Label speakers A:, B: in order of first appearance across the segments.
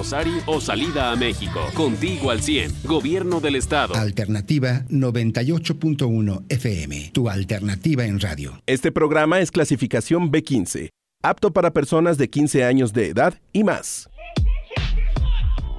A: Rosari o salida a México. Contigo al 100. Gobierno del Estado.
B: Alternativa 98.1 FM. Tu alternativa en radio.
C: Este programa es clasificación B15, apto para personas de 15 años de edad y más.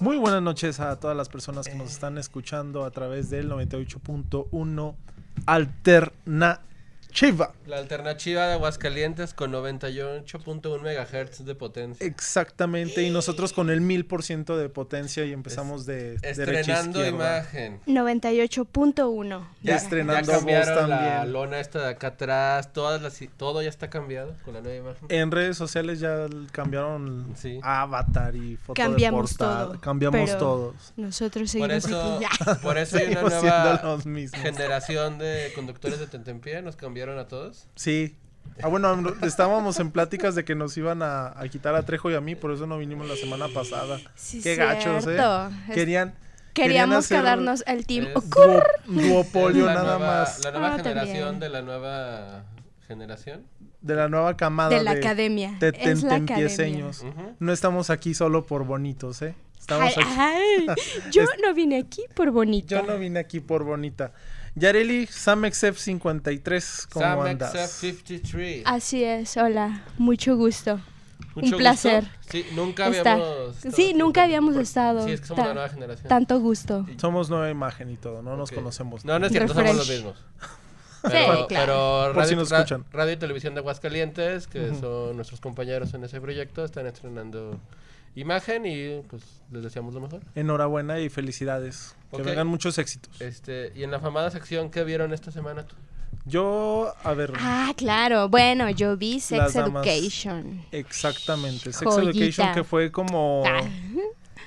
D: Muy buenas noches a todas las personas que
E: Eh.
D: nos están escuchando a través del 98.1 Alternativa.
E: La alternativa de Aguascalientes con 98.1 MHz de potencia.
D: Eh, Exactamente, y nosotros con el 1000% de potencia y empezamos de derecha a
E: Estrenando
D: izquierda.
E: imagen.
F: 98.1.
D: Ya estrenando
E: ya cambiaron
D: voz
E: la
D: también.
E: lona esta de acá atrás, todas las, todo ya está cambiado con la nueva imagen.
D: En redes sociales ya cambiaron
E: Sí.
D: avatar y foto
F: Cambiamos
D: de portada.
F: todo,
D: Cambiamos
F: pero-
D: todos.
F: Nosotros
E: Por
F: seguimos
E: eso,
F: aquí.
E: por eso hay una
D: Seguimos siendo
E: nueva
D: los mismos.
E: generación de conductores de Tentempié, nos cambiaron a todos.
D: Sí. Ah, bueno, no- estábamos en pláticas de que nos iban a, a quitar a Trejo y a mí, por eso no vinimos la semana pasada.
F: Sí,
D: Qué gachos, ¿eh?
F: cierto. Es-
D: Querían.
F: Queríamos
D: querían hacer
F: quedarnos al team.
E: Es-
F: Ocur-
D: duo- duopolio
E: Es la
D: nada
E: nueva-
D: más
E: La nueva
F: Ah, también.
E: generación de la nueva generación.
D: de la nueva camada
F: De la academia.
D: de
F: Es la academia.
D: tentempieceños.
E: Ujú.
D: No estamos aquí solo por bonitos, ¿eh? Estamos aquí.
F: Ay, ay, yo no vine aquí por bonito.
D: Yo no vine aquí por bonita. Yareli, SamXF53, ¿cómo andas?
E: Samexef 53.
F: Así es, hola. Mucho gusto.
E: Mucho gusto.
F: placer.
E: Sí, nunca
F: Estar.
E: habíamos. estado
F: Sí,
E: aquí.
F: nunca habíamos
E: Por-
F: estado.
E: Sí, es que somos la
F: tan-
E: nueva generación.
F: Tanto gusto.
D: Somos nueva imagen y todo, no nos
E: Ok.
D: conocemos.
E: No, no es cierto, somos los
F: Refresh.
E: mismos. Pero,
F: claro.
E: pero
D: Por si
E: radio,
D: nos
E: ra-
D: escuchan.
E: radio y Televisión de Aguascalientes, que son nuestros compañeros en ese proyecto, están estrenando imagen y pues les deseamos lo mejor.
D: Enhorabuena y felicidades.
E: Ok.
D: Que vengan muchos éxitos.
E: Este, y en la famada sección que vieron esta semana tú?
D: Yo, a ver,
F: Ah, claro. Bueno, yo vi Sex
D: Las damas.
F: Education.
D: exactamente. Sex
F: Joyita.
D: Education que fue como
F: Ah,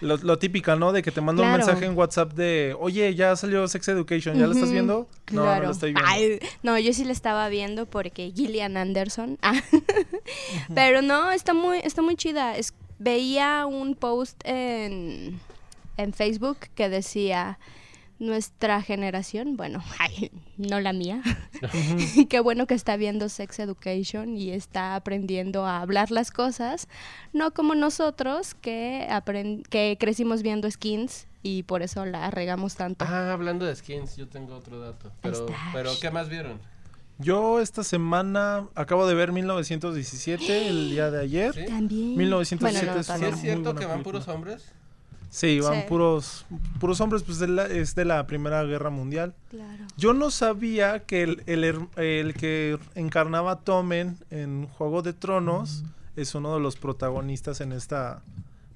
D: lo, lo típica, ¿no? De que te manda un
F: Claro.
D: mensaje en WhatsApp de, oye, ya salió Sex Education, ¿ya la estás
F: Ujú,
D: viendo? No, no
F: claro.
D: la estoy viendo.
F: Ay, no, yo sí la estaba viendo porque Gillian Anderson. Ah, Pero no, está muy, está muy chida. Es- veía un post en, en Facebook que decía nuestra generación, bueno, ay, no la mía. Qué bueno que está viendo Sex Education y está aprendiendo a hablar las cosas, no como nosotros que aprend- que crecimos viendo skins y por eso la regamos tanto.
E: Ah, hablando de skins, yo tengo otro dato. Pero,
F: está.
E: pero ¿qué más vieron?
D: Yo esta semana acabo de ver 1917, el día de ayer.
E: ¿Sí?
F: También.
D: 1907
F: Bueno, no,
D: es
E: ¿Sí
D: una
F: todavía
E: es
F: no.
D: muy
E: cierto
D: buena
E: que van
D: película.
E: puros hombres?
D: Sí, van
F: Sí.
D: puros puros hombres, pues de la- es de la Primera Guerra Mundial.
F: Claro.
D: Yo no sabía que el, el her- el que encarnaba a Tommen en Juego de Tronos es uno de los protagonistas en esta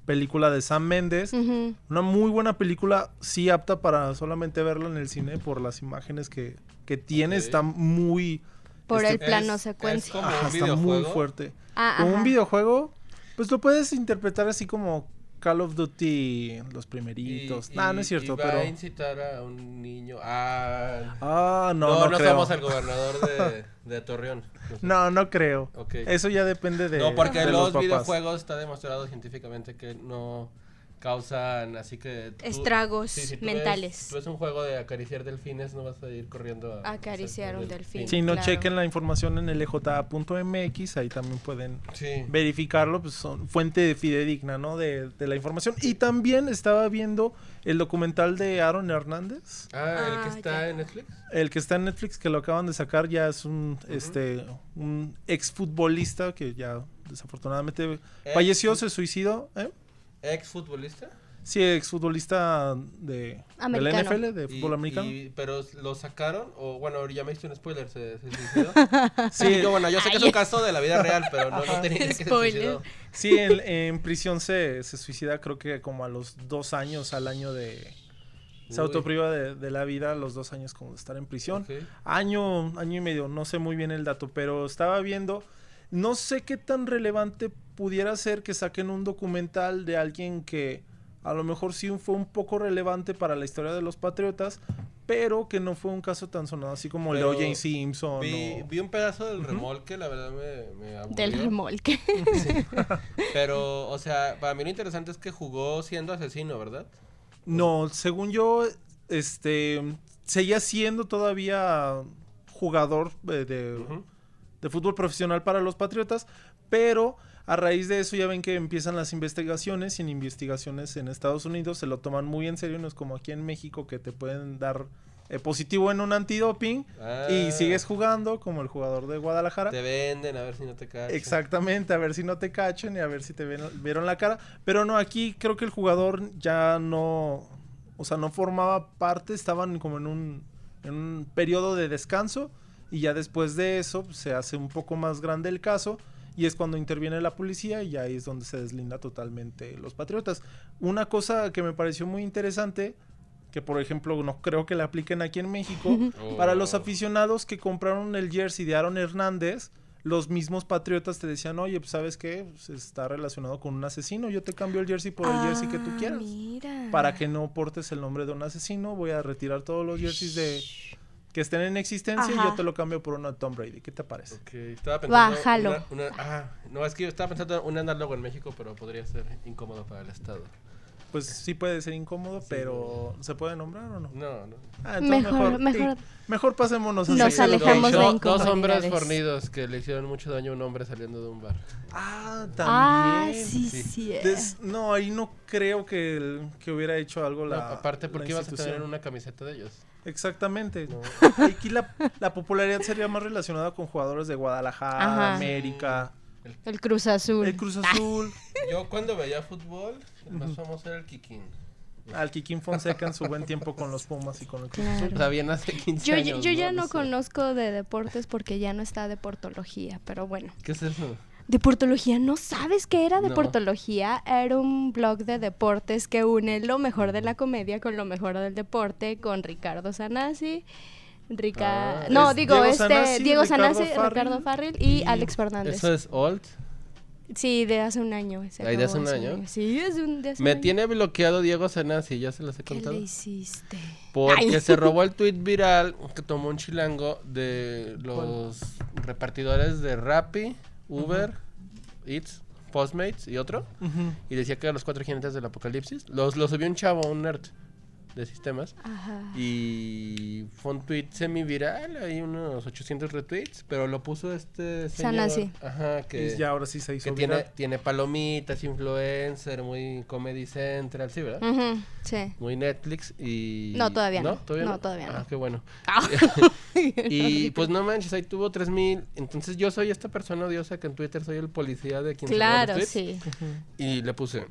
D: película de Sam Mendes.
F: Ujú.
D: Una muy buena película, sí apta para solamente verla en el cine por las imágenes que, que tiene.
E: Ok.
D: Está muy...
F: Por
D: este,
F: el plano
E: es
F: secuencia.
E: como
D: ajá,
E: un
D: está muy
E: videojuego.
D: fuerte.
F: Ah,
D: Como un
F: ajá.
D: videojuego, pues lo puedes interpretar así como Call of Duty, los primeritos. Nah, no es
E: y
D: cierto,
E: va
D: pero...
E: a incitar a un niño. Ah,
D: Ah, no,
E: no,
D: no,
E: no,
D: creo.
E: somos el gobernador de, de Torreón. No sé.
D: No, no creo.
E: Ok.
D: Eso ya depende de.
E: No, porque
D: de
E: los,
D: papás.
E: videojuegos está demostrado científicamente que no causan así que tú-
F: Estragos
E: tú
F: mentales.
E: ves- tú ves un juego de acariciar delfines, no vas a ir corriendo a
F: Acariciar un delfín.
D: Si no
F: Claro.
D: chequen la información en lj.mx, ahí también pueden
E: Sí.
D: verificarlo, pues son fuente fidedigna, ¿no? De, de la información. Y también estaba viendo el documental de Aaron Hernández,
E: Ah, el que
F: Ah,
E: está
F: ya.
E: en Netflix.
D: el que está en Netflix, que lo acaban de sacar, ya es un, este, un exfutbolista que ya desafortunadamente
E: Eh,
D: falleció, se suicidó, ¿eh?
E: Ex futbolista.
D: Sí, exfutbolista de, de la
F: Americano.
D: NFL, de fútbol americano.
E: pero lo sacaron, o bueno, ya me hice un spoiler, se, se suicidó.
D: Sí.
E: Yo, bueno, yo sé que es un caso de la vida real, pero no, no tenía idea que se
F: Spoiler.
E: suicidó.
D: Sí, en, en prisión se, se suicida creo que como a los dos años al año de... Se
E: Uy.
D: autopriva de, de la vida a los dos años como de estar en prisión.
E: Ok.
D: Año, año y medio, no sé muy bien el dato, pero estaba viendo, no sé qué tan relevante pudiera ser que saquen un documental de alguien que a lo mejor sí fue un poco relevante para la historia de los Patriotas, pero que no fue un caso tan sonado así como el de
E: Pero
D: O.J. Simpson.
E: Vi,
D: o-
E: vi un pedazo del remolque, la verdad me, me aburrió.
F: Del remolque.
E: Pero, o sea, para mí lo interesante es que jugó siendo asesino, ¿verdad?
D: No, según yo, este, seguía siendo todavía jugador eh, de, de fútbol profesional para los Patriotas, pero a raíz de eso ya ven que empiezan las investigaciones y en investigaciones en Estados Unidos se lo toman muy en serio, no es como aquí en México que te pueden dar eh, positivo en un antidoping
E: Ah.
D: y sigues jugando como el jugador de Guadalajara.
E: Te venden, a ver si no te caes.
D: Exactamente, a ver si no te cachan y a ver si te ven- vieron la cara. Pero no, aquí creo que el jugador ya no, o sea, no formaba parte, estaban como en un, en un periodo de descanso y ya después de eso pues, se hace un poco más grande el caso y es cuando interviene la policía y ahí es donde se deslinda totalmente los patriotas. Una cosa que me pareció muy interesante, que por ejemplo no creo que la apliquen aquí en México, para los
E: Oh.
D: aficionados que compraron el jersey de Aaron Hernández, los mismos patriotas te decían, oye, pues sabes qué, Pues, está relacionado con un asesino, yo te cambio el jersey por el jersey que tú
F: Ah,
D: quieras.
F: Mira.
D: Para que no portes el nombre de un asesino, voy a retirar todos los jerseys de que estén en existencia y
F: Ajá.
D: yo te lo cambio por uno de Tom Brady. ¿Qué te parece?
E: Ok, estaba pensando.
F: Bájalo.
E: una- una- ah, no, es que yo estaba pensando en un análogo en México, pero podría ser incómodo para el Estado.
D: Pues sí puede ser incómodo, pero ¿se puede nombrar o no?
E: No, no.
D: Ah,
F: Mejor- mejor-
D: sí, mejor pasémonos
F: Nos
D: así.
F: alejamos
E: Dos-
F: de
E: dos,
F: incomodidades.
E: hombres fornidos que le hicieron mucho daño a un hombre saliendo de un bar.
D: Ah, también.
F: Ah, sí, sí.
D: Des- no, ahí no creo que, el- que hubiera hecho algo la.
E: No, aparte, ¿por
D: la
E: qué ibas a tener
D: institución.
E: una camiseta de ellos?
D: Exactamente.
E: No.
D: Aquí la, la popularidad sería más relacionada con jugadores de Guadalajara,
F: Ajá.
D: América,
F: El Cruz Azul.
D: el Cruz Azul,
E: Yo cuando veía fútbol, el más famoso era el Kikín.
D: al Kikín Fonseca en su buen tiempo con los Pumas y con el Cruz Azul.
F: Claro.
E: Sabían hace 15
F: Yo,
E: años.
F: yo ya no
E: sé.
F: conozco de deportes porque ya no está deportología, pero bueno.
E: ¿Qué es eso?
F: Deportología, ¿no sabes qué era
E: No.
F: deportología? Era un blog de deportes que une lo mejor de la comedia con lo mejor del deporte con Ricardo Sanasi. Rica...
E: Ah,
F: no,
D: es
F: digo,
D: Diego
F: este,
D: Sanasi,
F: Diego
D: Ricardo
F: Sanasi,
D: Farril
F: Ricardo Farril y, Alex Fernández.
E: Eso es old.
F: Sí, de hace un año. se
E: Ay, ¿de hace
F: acabó
E: un año?
F: Sí, es un, de hace
E: Me
F: un año.
E: tiene bloqueado Diego Sanasi, ya se las he
F: ¿Qué
E: contado.
F: le hiciste?
E: Porque
F: Ay.
E: se robó el tweet viral que tomó un chilango de los repartidores de Rappi, Uber, Eats, Postmates y otro.
D: Ujú.
E: Y decía que eran los cuatro jinetes del apocalipsis. Los, los subió un chavo, un nerd de sistemas.
F: Ajá.
E: Y fue un tweet semi-viral, hay unos 800 retweets, pero lo puso este señor.
F: Sanasi.
E: Ajá,
D: Y
E: que,
D: ya ahora sí se hizo
E: que tiene,
D: viral.
E: tiene palomitas, influencer, muy Comedy Central, ¿sí,
D: Mm.
E: verdad?
F: Ujú, sí.
E: Muy Netflix y...
F: No, todavía no. No, todavía
E: Ah,
F: no.
E: qué bueno. y pues no manches, ahí tuvo 3000. Entonces yo soy esta persona odiosa que en Twitter soy el policía de quien se roba los
F: Claro,
E: tweets.
F: sí.
E: Y le puse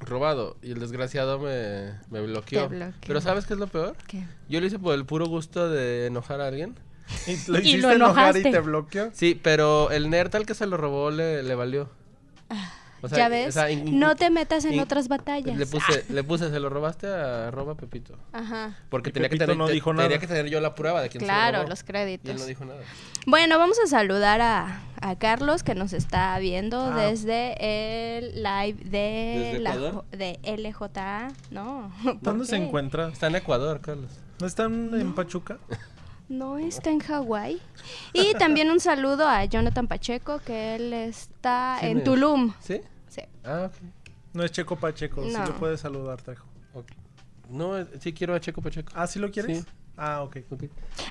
E: robado y el desgraciado me, me bloqueó.
F: Te bloqueó.
E: Pero ¿sabes qué es lo peor?
F: ¿Qué?
E: Yo lo hice por el puro gusto de enojar a alguien.
D: Y lo
F: Y lo
D: hiciste enojar y
F: enojaste.
D: te bloqueó.
E: Sí, pero el nerd al que se lo robó le, le valió. O sea,
F: Ah, ya
E: o
F: ves,
E: sea, in-
F: no te metas en
E: in-
F: otras batallas.
E: Pues Le puse,
F: Ah.
E: le puse, se lo robaste a arroba Pepito.
F: Ajá.
E: Porque
D: Y
E: tenía que,
D: Pepito
E: tener,
D: no
E: te-
D: dijo
E: tenía
D: nada.
E: que tener yo la prueba de quién se lo
F: Claro,
E: robó.
F: los
E: Y él no
F: créditos.
E: dijo nada.
F: Bueno, vamos a saludar a, a Carlos que nos está viendo
D: Ah.
F: desde el live de
E: ¿Desde
F: la
E: Ecuador?
F: jo- de LJA, ¿no?
D: ¿Dónde
F: ¿por
D: se
F: qué?
D: encuentra?
E: Está en Ecuador, Carlos.
D: ¿No están en Pachuca?
F: No está en Hawái. Y también un saludo a Jonathan Pacheco que él está
E: ¿Quién
F: en
E: es?
F: Tulum.
E: ¿Sí?
F: Sí.
E: Ah, ok.
D: No es Checo Pacheco, sí
F: No.
D: lo puedes saludar, Trejo.
E: Ok. No, eh, sí quiero a Checo Pacheco.
D: Ah, ¿sí lo quieres?
E: Sí.
D: Ah, ok.
E: Ok.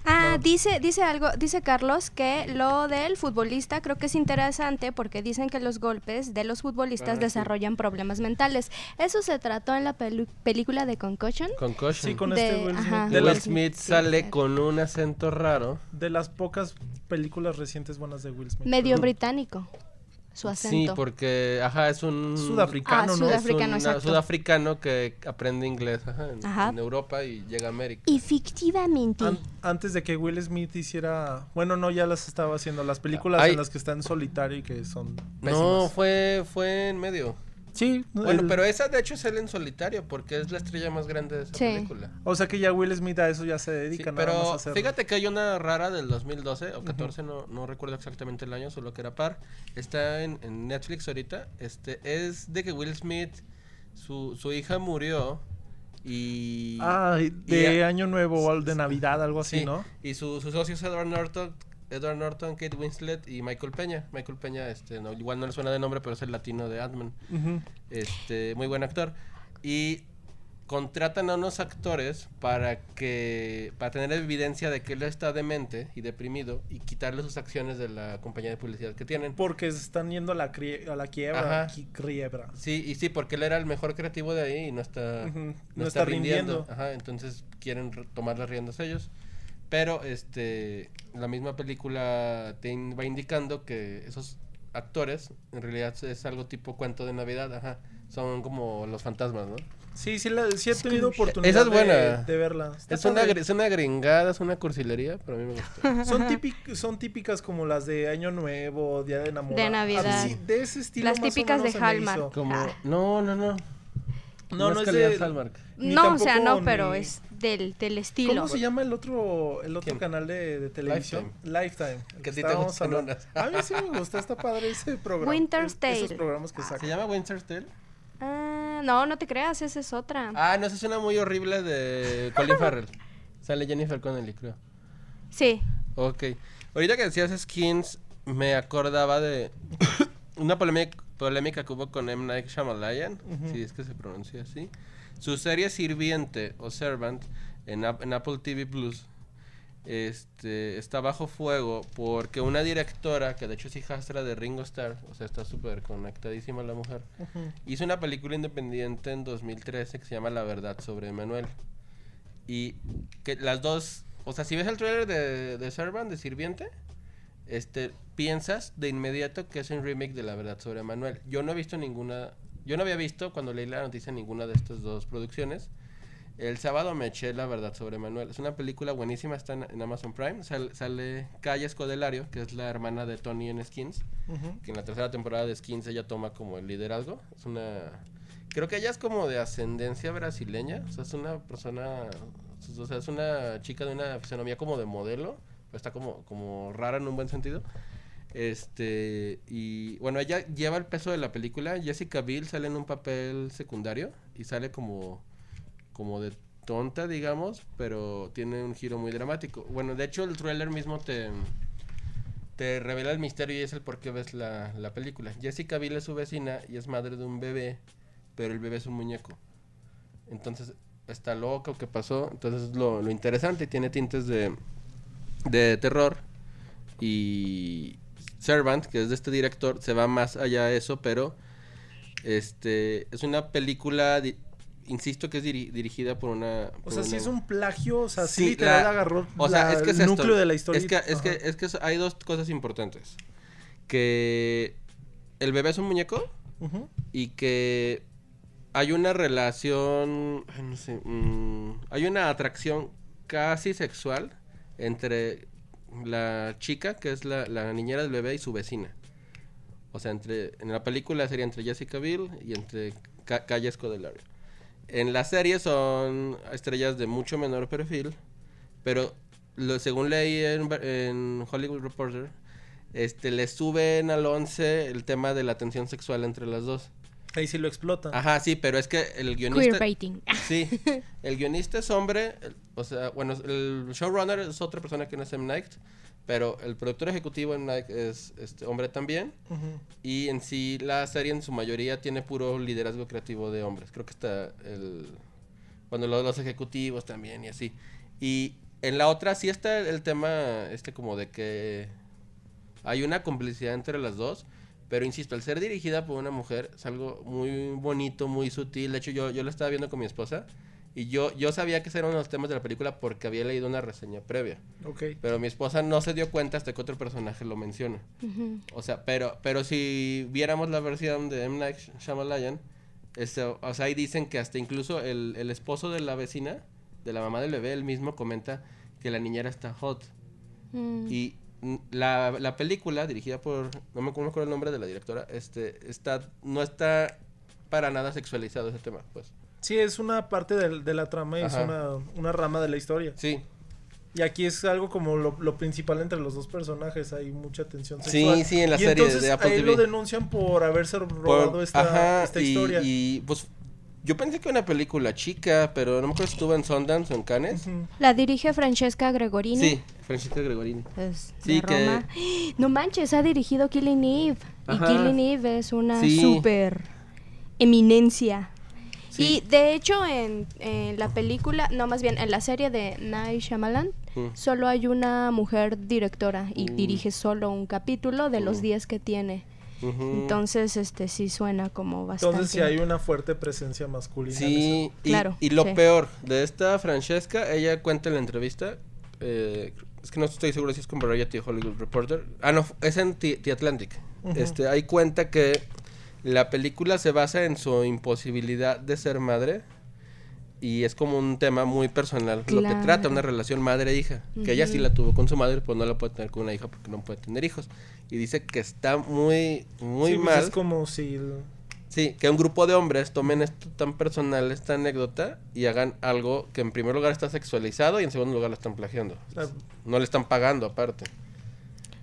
F: Ah, dice, dice algo, dice Carlos que lo del futbolista creo que es interesante porque dicen que los golpes de los futbolistas desarrollan problemas mentales. Eso se trató en la pelu- película de Concussion.
E: Con Caution.
D: Sí, con
F: De-
D: este Will Smith.
F: ajá.
D: De,
E: Will
D: las,
E: Smith
F: Sí,
E: sale
F: claro.
E: con un acento raro.
D: de las pocas películas recientes buenas de Will Smith.
F: Medio británico, su
E: Sí,
F: acento.
E: porque, ajá, es un...
D: Sudafricano,
F: Ah,
D: ¿no?
F: sudaf- Sudafricano,
E: es un,
F: exacto.
E: Sudafricano que aprende inglés ajá, en,
F: Ajá.
E: en Europa y llega a América.
F: Efectivamente.
D: An- antes de que Will Smith hiciera, bueno, no, ya las estaba haciendo las películas
E: Ay.
D: en las que está en solitario y que son
E: No,
D: pésimas.
E: fue, fue en medio.
D: Sí,
E: Bueno,
D: el-
E: pero esa de hecho es él en solitario, porque es la estrella más grande de esa
F: Sí.
E: película.
D: O sea que ya Will Smith a eso ya se
E: Sí,
D: dedica nada más a
E: pero
D: hacer.
E: fíjate que hay una rara del 2012 o 14, no, no recuerdo exactamente el año, solo que era par. Está en, en Netflix ahorita. Este es de que Will Smith, su, su hija murió y.
D: Ah, y de
E: y-
D: Año Nuevo o de Navidad, algo así,
E: sí,
D: ¿no?
E: Y su- sus socios Edward Norton, Edward Norton, Kate Winslet y Michael Peña. Michael Peña, este, no, igual no le suena de nombre, pero es el latino de Ant-Man.
D: Ujú.
E: este, muy buen actor. Y contratan a unos actores para que para tener evidencia de que él está demente y deprimido y quitarle sus acciones de la compañía de publicidad que tienen.
D: Porque se están yendo a la, crie- a la quiebra.
E: Ajá.
D: qui- quiebra.
E: Sí, y sí, porque él era el mejor creativo de ahí y no está,
D: Ujú,
E: no
D: no
E: está
D: está
E: rindiendo.
D: rindiendo.
E: Ajá, entonces quieren r- tomar las riendas ellos. Pero este la misma película te in- va indicando que esos actores en realidad es algo tipo cuento de Navidad, ajá, son como los fantasmas, ¿no?
D: Sí, sí, la- sí he tenido oportunidad
E: Esa es
D: de-
E: buena.
D: De, verla. Está
E: Es una,
D: padre.
E: gri- es una gringada, es una cursilería, pero a mí me gusta.
D: Son, típic- son típicas como las de Año Nuevo, Día de Enamorados.
F: De Navidad.
D: A mí sí, de ese estilo.
F: Las
D: más o
F: típicas
D: menos
F: de
D: se me
F: Hallmark.
D: hizo.
E: Como,
F: Ah.
E: no, no, no.
D: No, no es
E: calidad
D: de-
E: Hallmark.
D: Ni
F: no, o sea,
D: tampoco
F: no, pero
D: ni-
F: es del, del estilo.
D: ¿Cómo se llama el otro, el otro
E: ¿Quién?
D: canal de, de televisión? Lifetime. el
E: Que
D: que
E: a ti te
D: estábamos
E: gustan
D: hablando.
E: unas.
D: A mí sí me gusta, está padre ese programa.
F: Winter's
D: es-
F: Tale.
D: Esos programas que
E: Ah, ¿Se
D: sacan.
E: llama Winter's Tale?
F: Ah, no, no te creas, esa es otra.
E: Ah, no, esa es una muy horrible de Colin Farrell. Sale Jennifer Connelly, creo.
F: Sí.
E: Ok. Ahorita que decías skins, me acordaba de una polémica, polémica que hubo con M. Night Shyamalan, si es que se pronuncia así. Su serie Sirviente o Servant en, Ap- en Apple TV Plus este, está bajo fuego porque una directora, que de hecho es hijastra de Ringo Starr, o sea, está súper conectadísima la mujer, hizo una película independiente en 2013 que se llama La Verdad sobre Manuel. Y que las dos, o sea, si ves el trailer de, de Servant, de Sirviente, este, piensas de inmediato que es un remake de La Verdad sobre Manuel. Yo no he visto ninguna, yo no había visto cuando leí la noticia ninguna de estas dos producciones. El sábado me eché La Verdad sobre Manuel. Es una película buenísima, está en, en Amazon Prime. Sal- sale Calle Escodelario, que es la hermana de Tony en Skins, que en la tercera temporada de Skins ella toma como el liderazgo. Es una... Creo que ella es como de ascendencia brasileña, o sea, es una persona, o sea, es una chica de una fisonomía como de modelo, pero está como, como rara en un buen sentido. Este, y bueno, ella lleva el peso de la película, Jessica Biel sale en un papel secundario y sale como, como de tonta, digamos, pero tiene un giro muy dramático. Bueno, de hecho el trailer mismo te, te revela el misterio y es el por qué ves la, la película. Jessica Biel es su vecina y es madre de un bebé, pero el bebé es un muñeco. Entonces, está loco, ¿qué pasó? Entonces, lo, lo interesante, tiene tintes de, de terror. Y Servant, que es de este director, se va más allá de eso, pero este es una película, di- insisto, que es diri- dirigida por una...
D: O
E: por
D: sea, sí
E: una-
D: es un plagio, o sea, sí,
E: Sí,
D: literal
E: la-
D: agarró
E: o sea,
D: la-
E: es que es
D: el
E: esto.
D: núcleo de la historia.
E: Es que, es que,
D: Ajá.
E: es que eso- hay dos cosas importantes. Que el bebé es un muñeco
D: Ujú.
E: y que hay una relación, ay, no sé, mm, hay una atracción casi sexual entre la chica, que es la, la niñera del bebé, y su vecina. O sea, entre, en la película sería entre Jessica Biel y entre Ca- Calle Scodelario. En la serie son estrellas de mucho menor perfil, pero lo, según leí en, en Hollywood Reporter, este, le suben al 11 el tema de la tensión sexual entre las dos.
D: Ahí sí lo explotan.
E: Ajá, sí, pero es que el
D: este
E: guionista...
F: Queerbaiting.
E: Sí, el guionista es hombre, el- o sea, bueno, el showrunner es otra persona que no es M. Night, pero el productor ejecutivo en Night es este, hombre también.
D: Ujú.
E: Y en sí, la serie en su mayoría tiene puro liderazgo creativo de hombres. Creo que está el. Bueno, lo- los ejecutivos también y así. Y en la otra sí está el tema, este, como de que hay una complicidad entre las dos. Pero insisto, al ser dirigida por una mujer es algo muy bonito, muy sutil. De hecho, yo, yo lo estaba viendo con mi esposa. Y yo, yo sabía que ese era uno de los temas de la película porque había leído una reseña previa.
D: Ok.
E: Pero mi esposa no se dio cuenta hasta que otro personaje lo menciona. O sea, pero, pero si viéramos la versión de M. Night Shyamalan, este, o sea, ahí dicen que hasta incluso el, el esposo de la vecina, de la mamá del bebé, él mismo comenta que la niñera está hot.
F: Mm.
E: Y mm, la, la película, dirigida por, no me acu- no me acuerdo el nombre de la directora, este, está, no está para nada sexualizado ese tema, pues.
D: Sí, es una parte del- de, la trama y
E: Ajá.
D: es una, una rama de la historia.
E: Sí.
D: Y aquí es algo como lo, lo principal entre los dos personajes, hay mucha tensión
E: Sí,
D: sexual.
E: sí, en la
D: y
E: serie
D: entonces
E: de Apple
D: a él
E: TV.
D: lo denuncian por haberse robado
E: Por-
D: esta,
E: ajá,
D: esta
E: y-
D: historia.
E: Y, pues yo pensé que una película chica, pero no me acuerdo si estuvo en Sundance o en Cannes.
D: Ujú.
F: La dirige Francesca Gregorini.
E: Sí, Francisco Gregorini.
F: Es
E: Sí,
F: de
E: que-
F: Este, Roma. No manches, ha dirigido Killing Eve.
E: Ajá.
F: Y Killing Eve es una
E: Sí.
F: super eminencia.
E: Sí.
F: Y de hecho en, en la película, no más bien en la serie de Night Shyamalan,
E: Mm.
F: solo hay una mujer directora y
E: Mm.
F: dirige solo un capítulo de los 10 que tiene.
E: Ujú.
F: Entonces, este sí suena como bastante.
D: Entonces sí hay una fuerte presencia masculina. en esa-
E: Sí, y,
F: Claro,
E: y lo
F: sí.
E: peor de esta Francesca, ella cuenta en la entrevista, eh, es que no estoy seguro si es con Variety o Hollywood Reporter, ah no, es en The The Atlantic, este, ahí cuenta que la película se basa en su imposibilidad de ser madre y es como un tema muy personal, lo que
F: Claro.
E: trata una relación madre-hija, que ella sí la tuvo con su madre, pues no la puede tener con una hija porque no puede tener hijos, y dice que está muy, muy
D: Sí, pues
E: mal.
D: Es como si el-
E: Sí, que un grupo de hombres tomen esto tan personal, esta anécdota, y hagan algo que en primer lugar está sexualizado y en segundo lugar la están plagiando.
D: Ah.
E: No le están pagando aparte.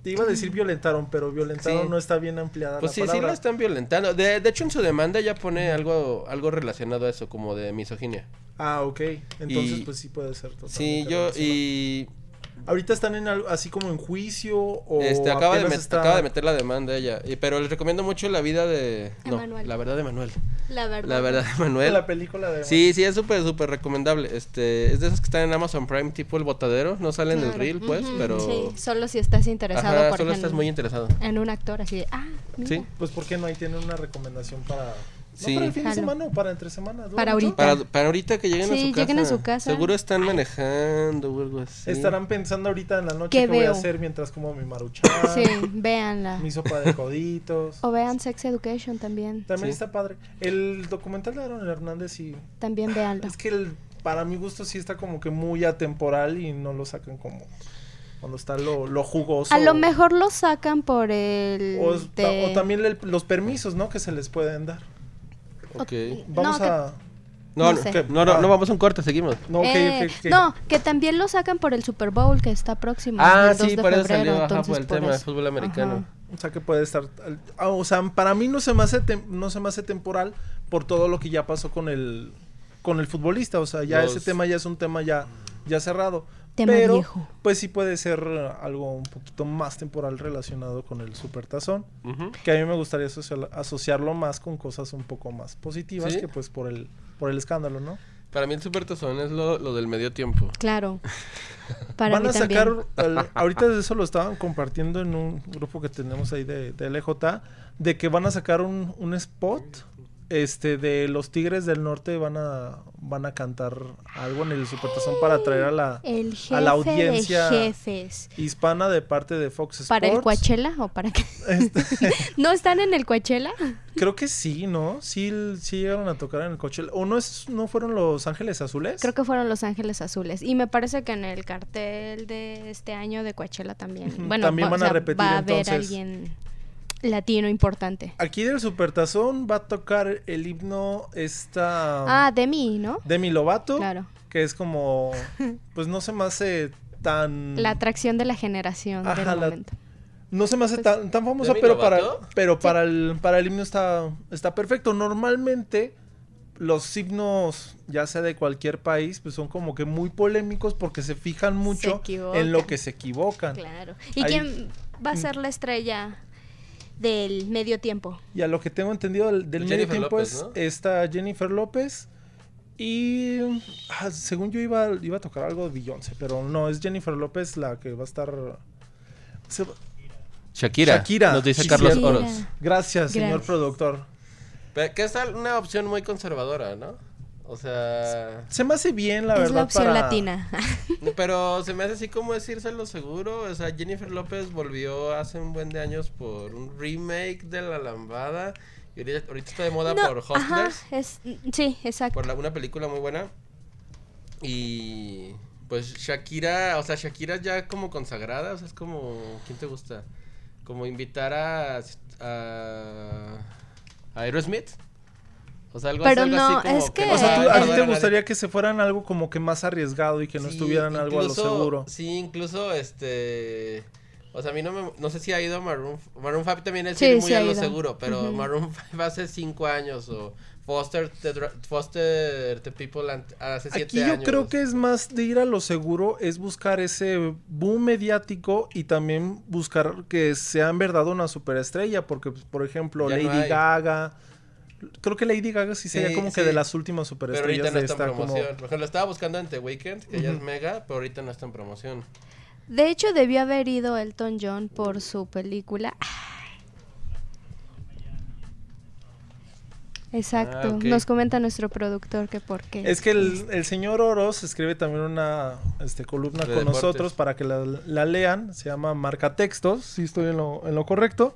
D: te iba a decir violentaron, pero violentaron
E: Sí.
D: no está bien ampliada
E: Pues
D: la
E: sí, sí
D: palabra.
E: la están violentando. De, de hecho, en su demanda ya pone algo, algo relacionado a eso, como de misoginia.
D: Ah, ok. Entonces
E: Y-
D: pues sí puede ser totalmente
E: Sí, yo
D: relacionado.
E: y
D: Ahorita están en algo- así como en juicio o
E: este, acaba, de
D: apenas
E: met-
D: está-
E: acaba de meter la demanda ella. Y- pero les recomiendo mucho la vida de... No,
F: Emanuel.
E: la verdad de Manuel.
F: La verdad.
E: La verdad de Manuel.
D: la película de
E: Sí, sí, es súper, súper recomendable. Este, es de esas que están en Amazon Prime, tipo el botadero. No salen del reel, pues,
F: Ujú,
E: pero.
F: Sí, solo si estás interesado
E: Ajá,
F: por
E: solo
F: ejemplo,
E: estás muy interesado.
F: en un actor así de, ah, mira,
E: Sí.
D: Pues ¿por qué no ahí tienen una recomendación para no,
E: Sí.
D: para el fin de
F: Jalo.
D: semana o para entre semana? ¿Dura
F: Para
D: mucho?
F: ahorita.
E: Para, para ahorita que lleguen a
F: Sí,
E: su casa.
F: lleguen a su casa.
E: Seguro están manejando o algo así.
D: Estarán pensando ahorita en la noche qué,
F: ¿Qué
D: voy a
F: veo?
D: hacer mientras como mi maruchan,
F: Sí, Oh. véanla.
D: mi sopa de coditos.
F: O vean Sex Education también.
D: También
E: Sí.
D: está padre. El documental de Aaron Hernández y
F: También véanlo.
D: es que el, para mi gusto sí está como que muy atemporal y no lo sacan como cuando está lo, lo jugoso.
F: A lo mejor lo sacan por el.
D: o, es-
F: de-
D: o también el- los permisos, ¿no? Que se les pueden dar.
E: Ok.
D: Vamos
F: que-
D: a
E: No,
F: no
E: no,
F: sé.
E: que-
D: Ah.
E: no, no, no, vamos a un corte, seguimos.
D: no, ok,
F: Eh,
D: ok, ok.
F: no, que también lo sacan por el Super Bowl que está próximo.
E: Ah,
F: Mm, el 2
E: sí,
F: de
E: por eso
F: febrero,
E: salió, ajá,
F: entonces,
E: por el tema de
F: eso.
E: fútbol americano.
F: Ajá.
D: O sea que puede estar. al- ah, o sea, para mí no se me hace tem- no se me hace temporal por todo lo que ya pasó con el con el futbolista. O sea, ya
E: Los-
D: ese tema ya es un tema ya, ya cerrado.
F: Tema
D: Pero,
F: viejo.
D: Pues sí puede ser eh, algo un poquito más temporal relacionado con el supertazón.
E: Ujú.
D: Que a mí me gustaría asociar- asociarlo más con cosas un poco más positivas
E: ¿Sí?
D: que pues por el por el escándalo, ¿no?
E: Para mí el super tazón es lo, lo del medio tiempo.
F: Claro. Para
D: Van
F: mí
D: a sacar,
F: también.
D: al- ahorita eso lo estaban compartiendo en un grupo que tenemos ahí de, de LJ, de que van a sacar un, un spot este, de los Tigres del Norte, van a, van a cantar algo en el Supertazón para atraer a la,
F: El jefe
D: a la audiencia
F: de jefes.
D: hispana de parte de Fox Sports. Este
F: ¿Para el Coachella o para qué? ¿No están en el Coachella?
D: Creo que sí, ¿no? Sí, sí llegaron a tocar en el coche. ¿O no, es, no fueron Los Ángeles Azules?
F: Creo que fueron Los Ángeles Azules. Y me parece que en el cartel de este año de Coachella
D: Ujú,
F: también. Bueno,
D: también
F: va-
D: van
F: o
D: a
F: sea,
D: repetir,
F: Va a haber
D: entonces.
F: alguien latino importante.
D: Aquí del Supertazón va a tocar el himno esta...
F: Ah, de mí, ¿no?
D: Demi Lovato.
F: Claro.
D: Que es como. Pues no se me hace tan.
F: La atracción de la generación
D: Mm. Ajá,
F: del
D: la-
F: momento.
D: no se me
F: pues,
D: hace tan, tan famosa,
E: ¿Demi
D: pero para.
E: Lovato?
D: Pero para el. Para el himno está. Está perfecto. Normalmente. Los himnos, ya sea de cualquier país, pues son como que muy polémicos porque se fijan mucho en lo
F: equivocan.
D: que se equivocan.
F: Claro. ¿Y
D: Ahí- Mm.
F: quién va a ser la estrella del medio tiempo?
D: Y a lo que tengo entendido del, del medio
E: Jennifer
D: tiempo
E: López,
D: es
E: ¿no?
D: está Jennifer López. Y ah, según yo iba, iba a tocar algo de Beyoncé, pero no, es Jennifer López la que va a estar. se va-
E: Shakira.
D: Shakira.
E: Nos dice
D: Sí,
E: Carlos
F: cierto.
E: Oros.
D: Gracias, señor
F: Gracias.
D: productor.
E: Pero que es al- una opción muy conservadora, ¿no? O sea.
D: Se me hace bien, la
F: es
D: verdad.
F: la opción
D: para-
F: latina.
E: Pero se me hace así como es lo seguro. O sea, Jennifer López volvió hace un buen de años por un remake de La Lambada. Y ahorita, ahorita está de moda
F: No,
E: por
F: ajá,
E: Hustlers.
F: es- sí, exacto.
E: Por la- una película muy buena. Y pues Shakira, o sea, Shakira ya como consagrada. O sea, es como. ¿Quién te gusta? Como invitar a. a. a Aerosmith. O sea, algo,
F: Pero
E: algo
F: no,
E: así como
F: es que-
E: no
D: O sea, ¿tú-
E: va
D: ¿a
E: a
D: ti te
E: nadie.
D: gustaría que se fueran algo como que más arriesgado y que no
E: Sí,
D: estuvieran algo a lo
E: incluso-
D: seguro?
E: Sí, incluso este. O sea, a mí no me. No sé si ha ido Maroon. Maroon 5 también es
F: Sí,
E: ir muy
F: sí
E: a
F: ha
E: lo
F: ido.
E: seguro, pero
F: Ujú.
E: Maroon 5 hace 5 años o Foster the, Dra- Foster the People ant- hace 7
D: Aquí
E: años.
D: yo creo que es más de ir a lo seguro, es buscar ese boom mediático y también buscar que sea en verdad una superestrella, porque pues, por ejemplo
E: Ya no
D: Lady
E: hay.
D: Gaga, creo que Lady Gaga sí sería
E: Sí,
D: como que
E: sí.
D: de las últimas
E: Pero ahorita
D: superestrellas
E: no
D: de
E: está
D: esta
E: en
D: como...
E: promoción. Por ejemplo, estaba buscando en The Weeknd, que ya es mega, pero ahorita no está en promoción.
F: De hecho, debió haber ido Elton John por su película. Exacto.
E: ok.
F: Nos comenta nuestro productor que por qué.
D: Ah, Es que el, el señor Oroz escribe también una este, columna
E: De
D: con
E: deportes.
D: nosotros para que la, la lean. Se llama Marca Textos, si estoy en lo, en lo correcto.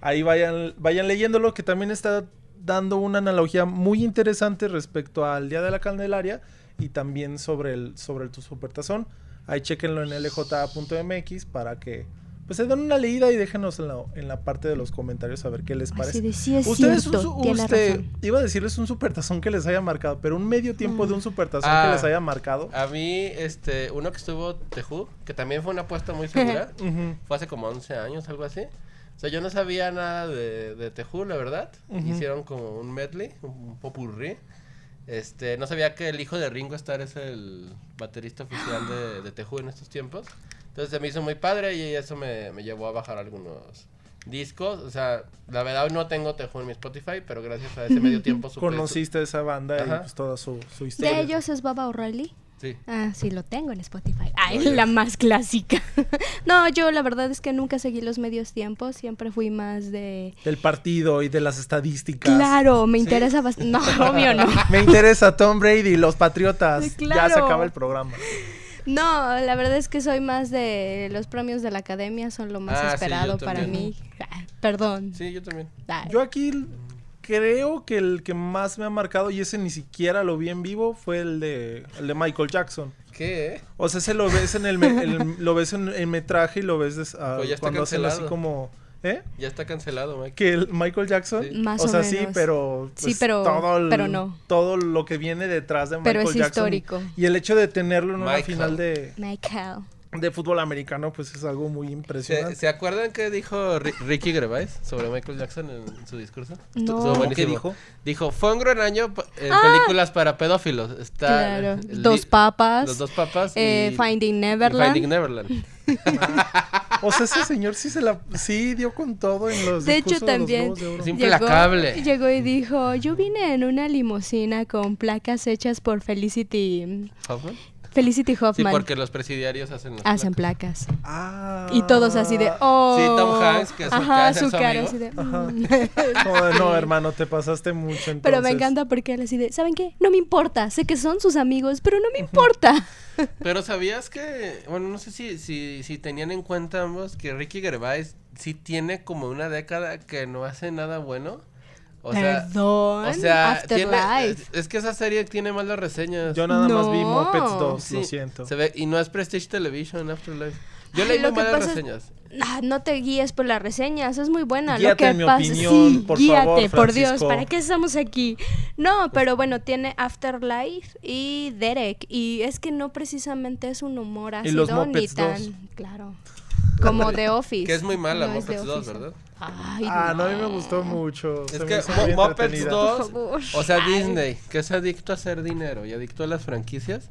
D: Ahí vayan, vayan leyéndolo, que también está dando una analogía muy interesante respecto al Día de la Candelaria y también sobre el, sobre el tu supertazón. Ahí chequenlo en lj.mx para que pues se den una leída y déjenos en la, en la parte de los comentarios a ver qué les parece.
F: Así de, sí es
D: Ustedes, un
F: cierto,
D: su-
F: tiene
D: usted-
F: razón.
D: iba a decirles un supertazón que les haya marcado, pero un medio tiempo
F: Mm.
D: de un supertazón
E: Ah.
D: que les haya marcado.
E: A mí, este, uno que estuvo The Who, que también fue una apuesta muy segura,
D: Ujú.
E: fue hace como 11 años, algo así. O sea, yo no sabía nada de, de The Who, la verdad. Hicieron como un medley, un popurrí. Este, no sabía que el hijo de Ringo Starr es el baterista oficial de, de The Who en estos tiempos. Entonces se me hizo muy padre y eso me, me llevó a bajar algunos discos. O sea, la verdad hoy no tengo The Who en mi Spotify, pero gracias a ese medio tiempo supe.
D: Conociste esa banda y
E: Ajá.
D: pues, toda su, su
F: ¿De
D: historia.
F: ellos es Baba O'Reilly?
E: Sí.
F: Ah, sí, lo tengo en Spotify. Ay,
E: Oye.
F: la más clásica. no, yo la verdad es que nunca seguí los medios tiempos, siempre fui más de...
D: Del partido y de las estadísticas.
F: Claro, me interesa bastante. No, obvio no.
D: Me interesa Tom Brady, los Patriotas. Ya se
F: Claro.
D: acaba el programa.
F: No, la verdad es que soy más de... Los premios de la academia son lo más
E: Ah, sí, yo
F: esperado para
E: también.
F: mí. Ah, Perdón. Ah,
E: Sí, yo también.
F: Ay.
D: Yo aquí l- creo que el que más me ha marcado, y ese ni siquiera lo vi en vivo, fue el de, el de Michael Jackson.
E: ¿Qué?
D: O sea, se lo ves en el, me- el- lo ves en el metraje y lo ves des- ah,
E: Pero Pues ya está
D: cuando hacen así
E: cancelado.
D: como, ¿eh?
E: Ya está cancelado, Mike.
D: que el Michael Jackson.
E: Sí.
F: Más
D: o
F: o
D: sea, sí,
F: menos.
D: pero. pues,
F: Sí, pero- pero no.
D: Todo lo que viene detrás de Michael
F: Pero es
D: Jackson.
F: histórico.
D: Y el hecho de tenerlo en una
E: Michael.
D: final de,
F: Michael.
D: de fútbol americano, pues es algo muy
E: ¿Se,
D: impresionante.
E: se acuerdan qué dijo Ri- Ricky Gervais sobre Michael Jackson en su discurso?
F: No. Ah.
E: Estuvo buenísimo.
D: ¿Qué dijo?
E: Dijo, fue un gran año pa- en películas para pedófilos. Está
F: Claro.
E: el
F: Dos
E: di-
F: papas.
E: Los dos papas.
F: eh,
E: y-
F: Finding
E: y
F: Neverland.
E: Finding Neverland.
D: O sea, ese señor sí se la. Sí, dio con todo en los.
F: De hecho,
D: discursos de los
F: también
D: Globos de Oro.
E: Sí. implacable.
F: Llegó, llegó y dijo, yo vine en una limusina con placas hechas por Felicity,
E: Hoffman.
F: Felicity
E: Sí,
F: Hoffman.
E: porque los presidiarios hacen las
F: Hacen
E: placas.
F: placas.
D: Ah.
F: Y todos así de, oh.
E: Sí, Tom Hanks, que su cara
F: Ajá,
E: es
F: su
E: su
F: cara
E: amigo.
F: así de, mm.
D: No, no, hermano, te pasaste mucho. Entonces.
F: Pero me encanta porque él así de, ¿saben qué? No me importa, sé que son sus amigos, pero no me importa.
E: Pero sabías que, bueno, no sé si, si, si tenían en cuenta ambos que Ricky Gervais sí tiene como una década que no hace nada bueno. O sea,
F: Perdón,
E: o sea, tiene- eh,
F: Afterlife.
E: es que esa serie tiene malas reseñas.
D: Yo nada más vi
F: No.
D: Muppets 2, lo
E: Sí,
D: siento.
E: Se ve, y no es Prestige Television Afterlife. Yo
F: Ay,
E: leí
F: lo
E: muy
F: que
E: malas
F: pasa es-
E: reseñas.
F: Ah, no te guíes por las reseñas, es muy buena.
D: Guíate
F: lo
D: en
F: que
D: mi
F: pasa,
D: opinión,
F: sí,
D: por
F: guíate,
D: favor,
F: por Dios,
D: Francisco.
F: ¿para qué estamos aquí? No, pero bueno, tiene Afterlife y Derek, y es que no precisamente es un humor
D: Y los
F: ácido ni
D: Muppets
F: tan,
D: dos.
F: claro, como The Office.
E: Que es muy mala,
F: No es The
E: Muppets 2,
F: Office.
E: ¿verdad?
F: Ay,
D: Ah, no, a mí me gustó mucho.
E: Es
D: se me
E: que
D: hizo muy
E: Mu- Muppets
D: entretenida.
E: 2,
F: Por favor.
E: o sea, Disney, que es adicto a hacer dinero y adicto a las franquicias.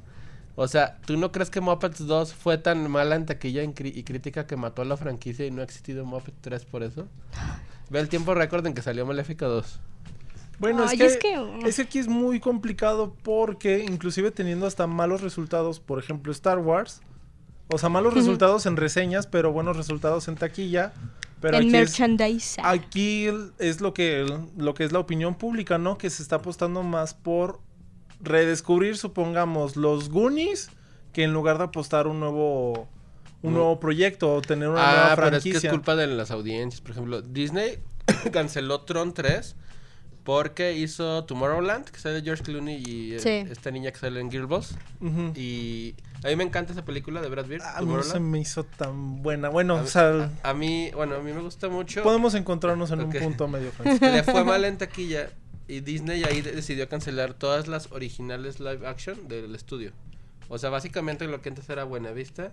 E: O sea, ¿tú no crees que Muppets 2 fue tan mala en taquilla en cri- y crítica que mató a la franquicia y no ha existido Muppets 3 por eso? Ve el tiempo récord en que salió Maléfica 2.
D: Bueno, es,
F: Ay,
D: que,
F: es que, uh.
D: es que aquí es muy complicado porque inclusive teniendo hasta malos resultados, por ejemplo, Star Wars, o sea, malos resultados en reseñas, pero buenos resultados en taquilla, pero
F: en
D: aquí es,
F: merchandise.
D: aquí el- es lo que lo que es la opinión pública, ¿no? Que se está apostando más por redescubrir, supongamos, los Goonies que en lugar de apostar un nuevo un
E: Mm.
D: nuevo proyecto o tener una
E: Ah,
D: nueva
E: pero es que
D: franquicia.
E: es culpa de las audiencias. Por ejemplo, Disney canceló Tron 3 porque hizo Tomorrowland, que sale George Clooney y eh,
F: Sí.
E: esta niña que sale en Girl Boss.
D: Ujú.
E: Y a mí me encanta esa película de Brad Pitt.
D: Ah, no se
E: Tomorrowland.
D: me hizo tan buena. Bueno,
E: A Ah.
D: o
E: mí-
D: sea,
E: a, a mí, bueno, a mí me gusta mucho.
D: podemos encontrarnos en
E: Ok.
D: un punto medio, Francisco.
E: Le fue mal en taquilla Y Disney ahí de- decidió cancelar todas las originales live action del estudio. O sea, básicamente lo que antes era Buenavista,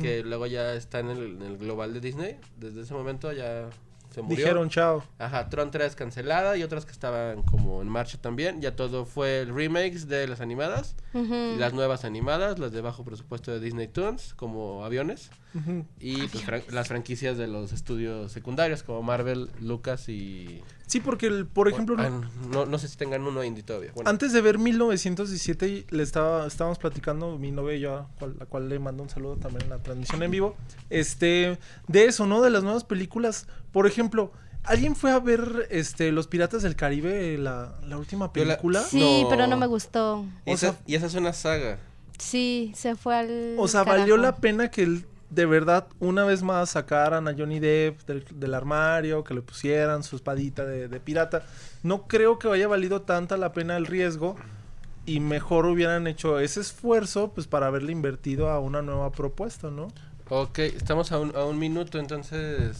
E: que luego ya está en el, en el global de Disney. Desde ese momento ya se murió.
D: Dijeron chao.
E: Ajá, Tron 3 cancelada y otras que estaban como en marcha también. Ya todo fue el remakes de las animadas, y las nuevas animadas, las de bajo presupuesto de Disney Toons, como aviones,
D: Ujú.
E: y pues, fran- las franquicias de los estudios secundarios, como Marvel, Lucas y...
D: Sí, porque, el, por ejemplo,
E: Ah, no, no sé si tengan uno indie todavía. Bueno,
D: antes de ver 1917, y le estaba, estábamos platicando mi novia y yo, a cual- la cual le mando un saludo también en la transmisión en vivo, este, de eso, ¿no? De las nuevas películas. Por ejemplo, ¿alguien fue a ver este, Los Piratas del Caribe, la, la última
E: Yo la-
D: película?
F: Sí,
E: No.
F: pero no me gustó.
E: y,
D: o
E: esa,
D: sea-
E: y esa es una saga.
F: Sí, se fue al.
D: O sea, valió la
F: carajo.
D: pena que el- de verdad una vez más sacaran a Johnny Depp del, del armario, que le pusieran su espadita de, de pirata. No creo que haya valido tanta la pena el riesgo y mejor hubieran hecho ese esfuerzo pues para haberle invertido a una nueva propuesta, ¿no?
E: Ok, estamos a un, a un minuto, entonces...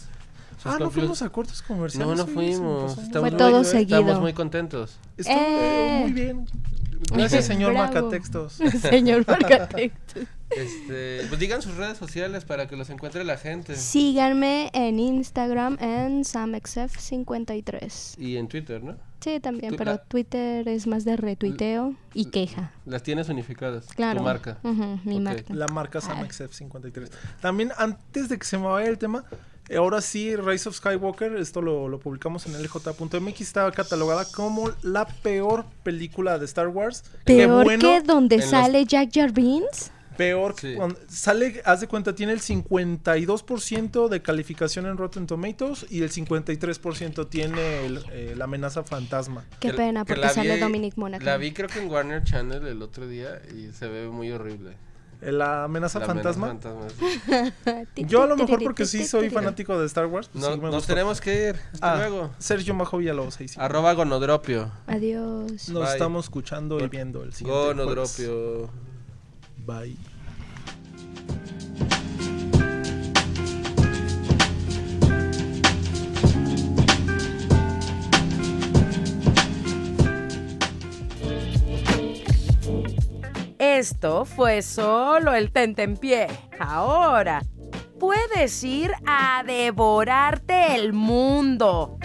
E: sus
D: ah, no
E: conclu-
D: fuimos a cortos comerciales.
E: No, no
D: oye, se me
E: fuimos.
D: pasó muy
E: Estamos
F: Fue todo
E: muy-
F: seguido.
E: Estamos muy contentos.
D: Estuvo
F: Eh.
D: muy bien. Gracias, señor
F: Bravo.
D: Macatextos.
F: Señor Marcatec.
E: Este, pues digan sus redes sociales para que los encuentre la gente.
F: Síganme en Instagram en samexf53.
E: Y en Twitter, ¿no?
F: Sí, también,
E: Tú-
F: pero
E: la-
F: Twitter es más de retuiteo y queja.
E: Las tienes unificadas.
F: Claro. Mm,
E: Tu marca.
F: Ujú, mi
E: Ok.
F: marca.
D: La marca Samex F53. También, antes de que se me vaya el tema, eh, ahora sí, Rise of Skywalker, esto lo, lo publicamos en lj.mx, estaba catalogada como la peor película de Star Wars. Qué
F: Peor
D: bueno,
F: que donde
E: en los-
F: sale Jack Jarvins.
D: Peor que
E: Sí.
D: cuando- sale, haz de cuenta, tiene el 52% de calificación en Rotten Tomatoes y el 53% tiene el, eh, la amenaza fantasma.
F: Qué
E: Que-
F: pena,
E: que
F: porque
E: la
F: sale
E: vi-
F: Dominic Monaghan.
E: La vi creo que en Warner Channel el otro día y se ve muy horrible.
D: Eh, La amenaza
E: La
D: fantasma.
E: amenaza fantasma, sí.
D: Yo a lo mejor porque sí soy fanático de Star Wars. pues
E: No-
D: sí me
E: nos
D: gustó.
E: tenemos que ir. Hasta
D: Ah,
E: luego.
D: Sergio Majo Villalobos, ahí sí.
E: Arroba gonodropio.
F: Adiós.
D: Nos
E: Bye.
D: estamos escuchando y viendo el siguiente. jueves.
E: Gonodropio.
D: Bye.
G: Esto fue solo el tentempié. Ahora puedes ir a devorarte el mundo.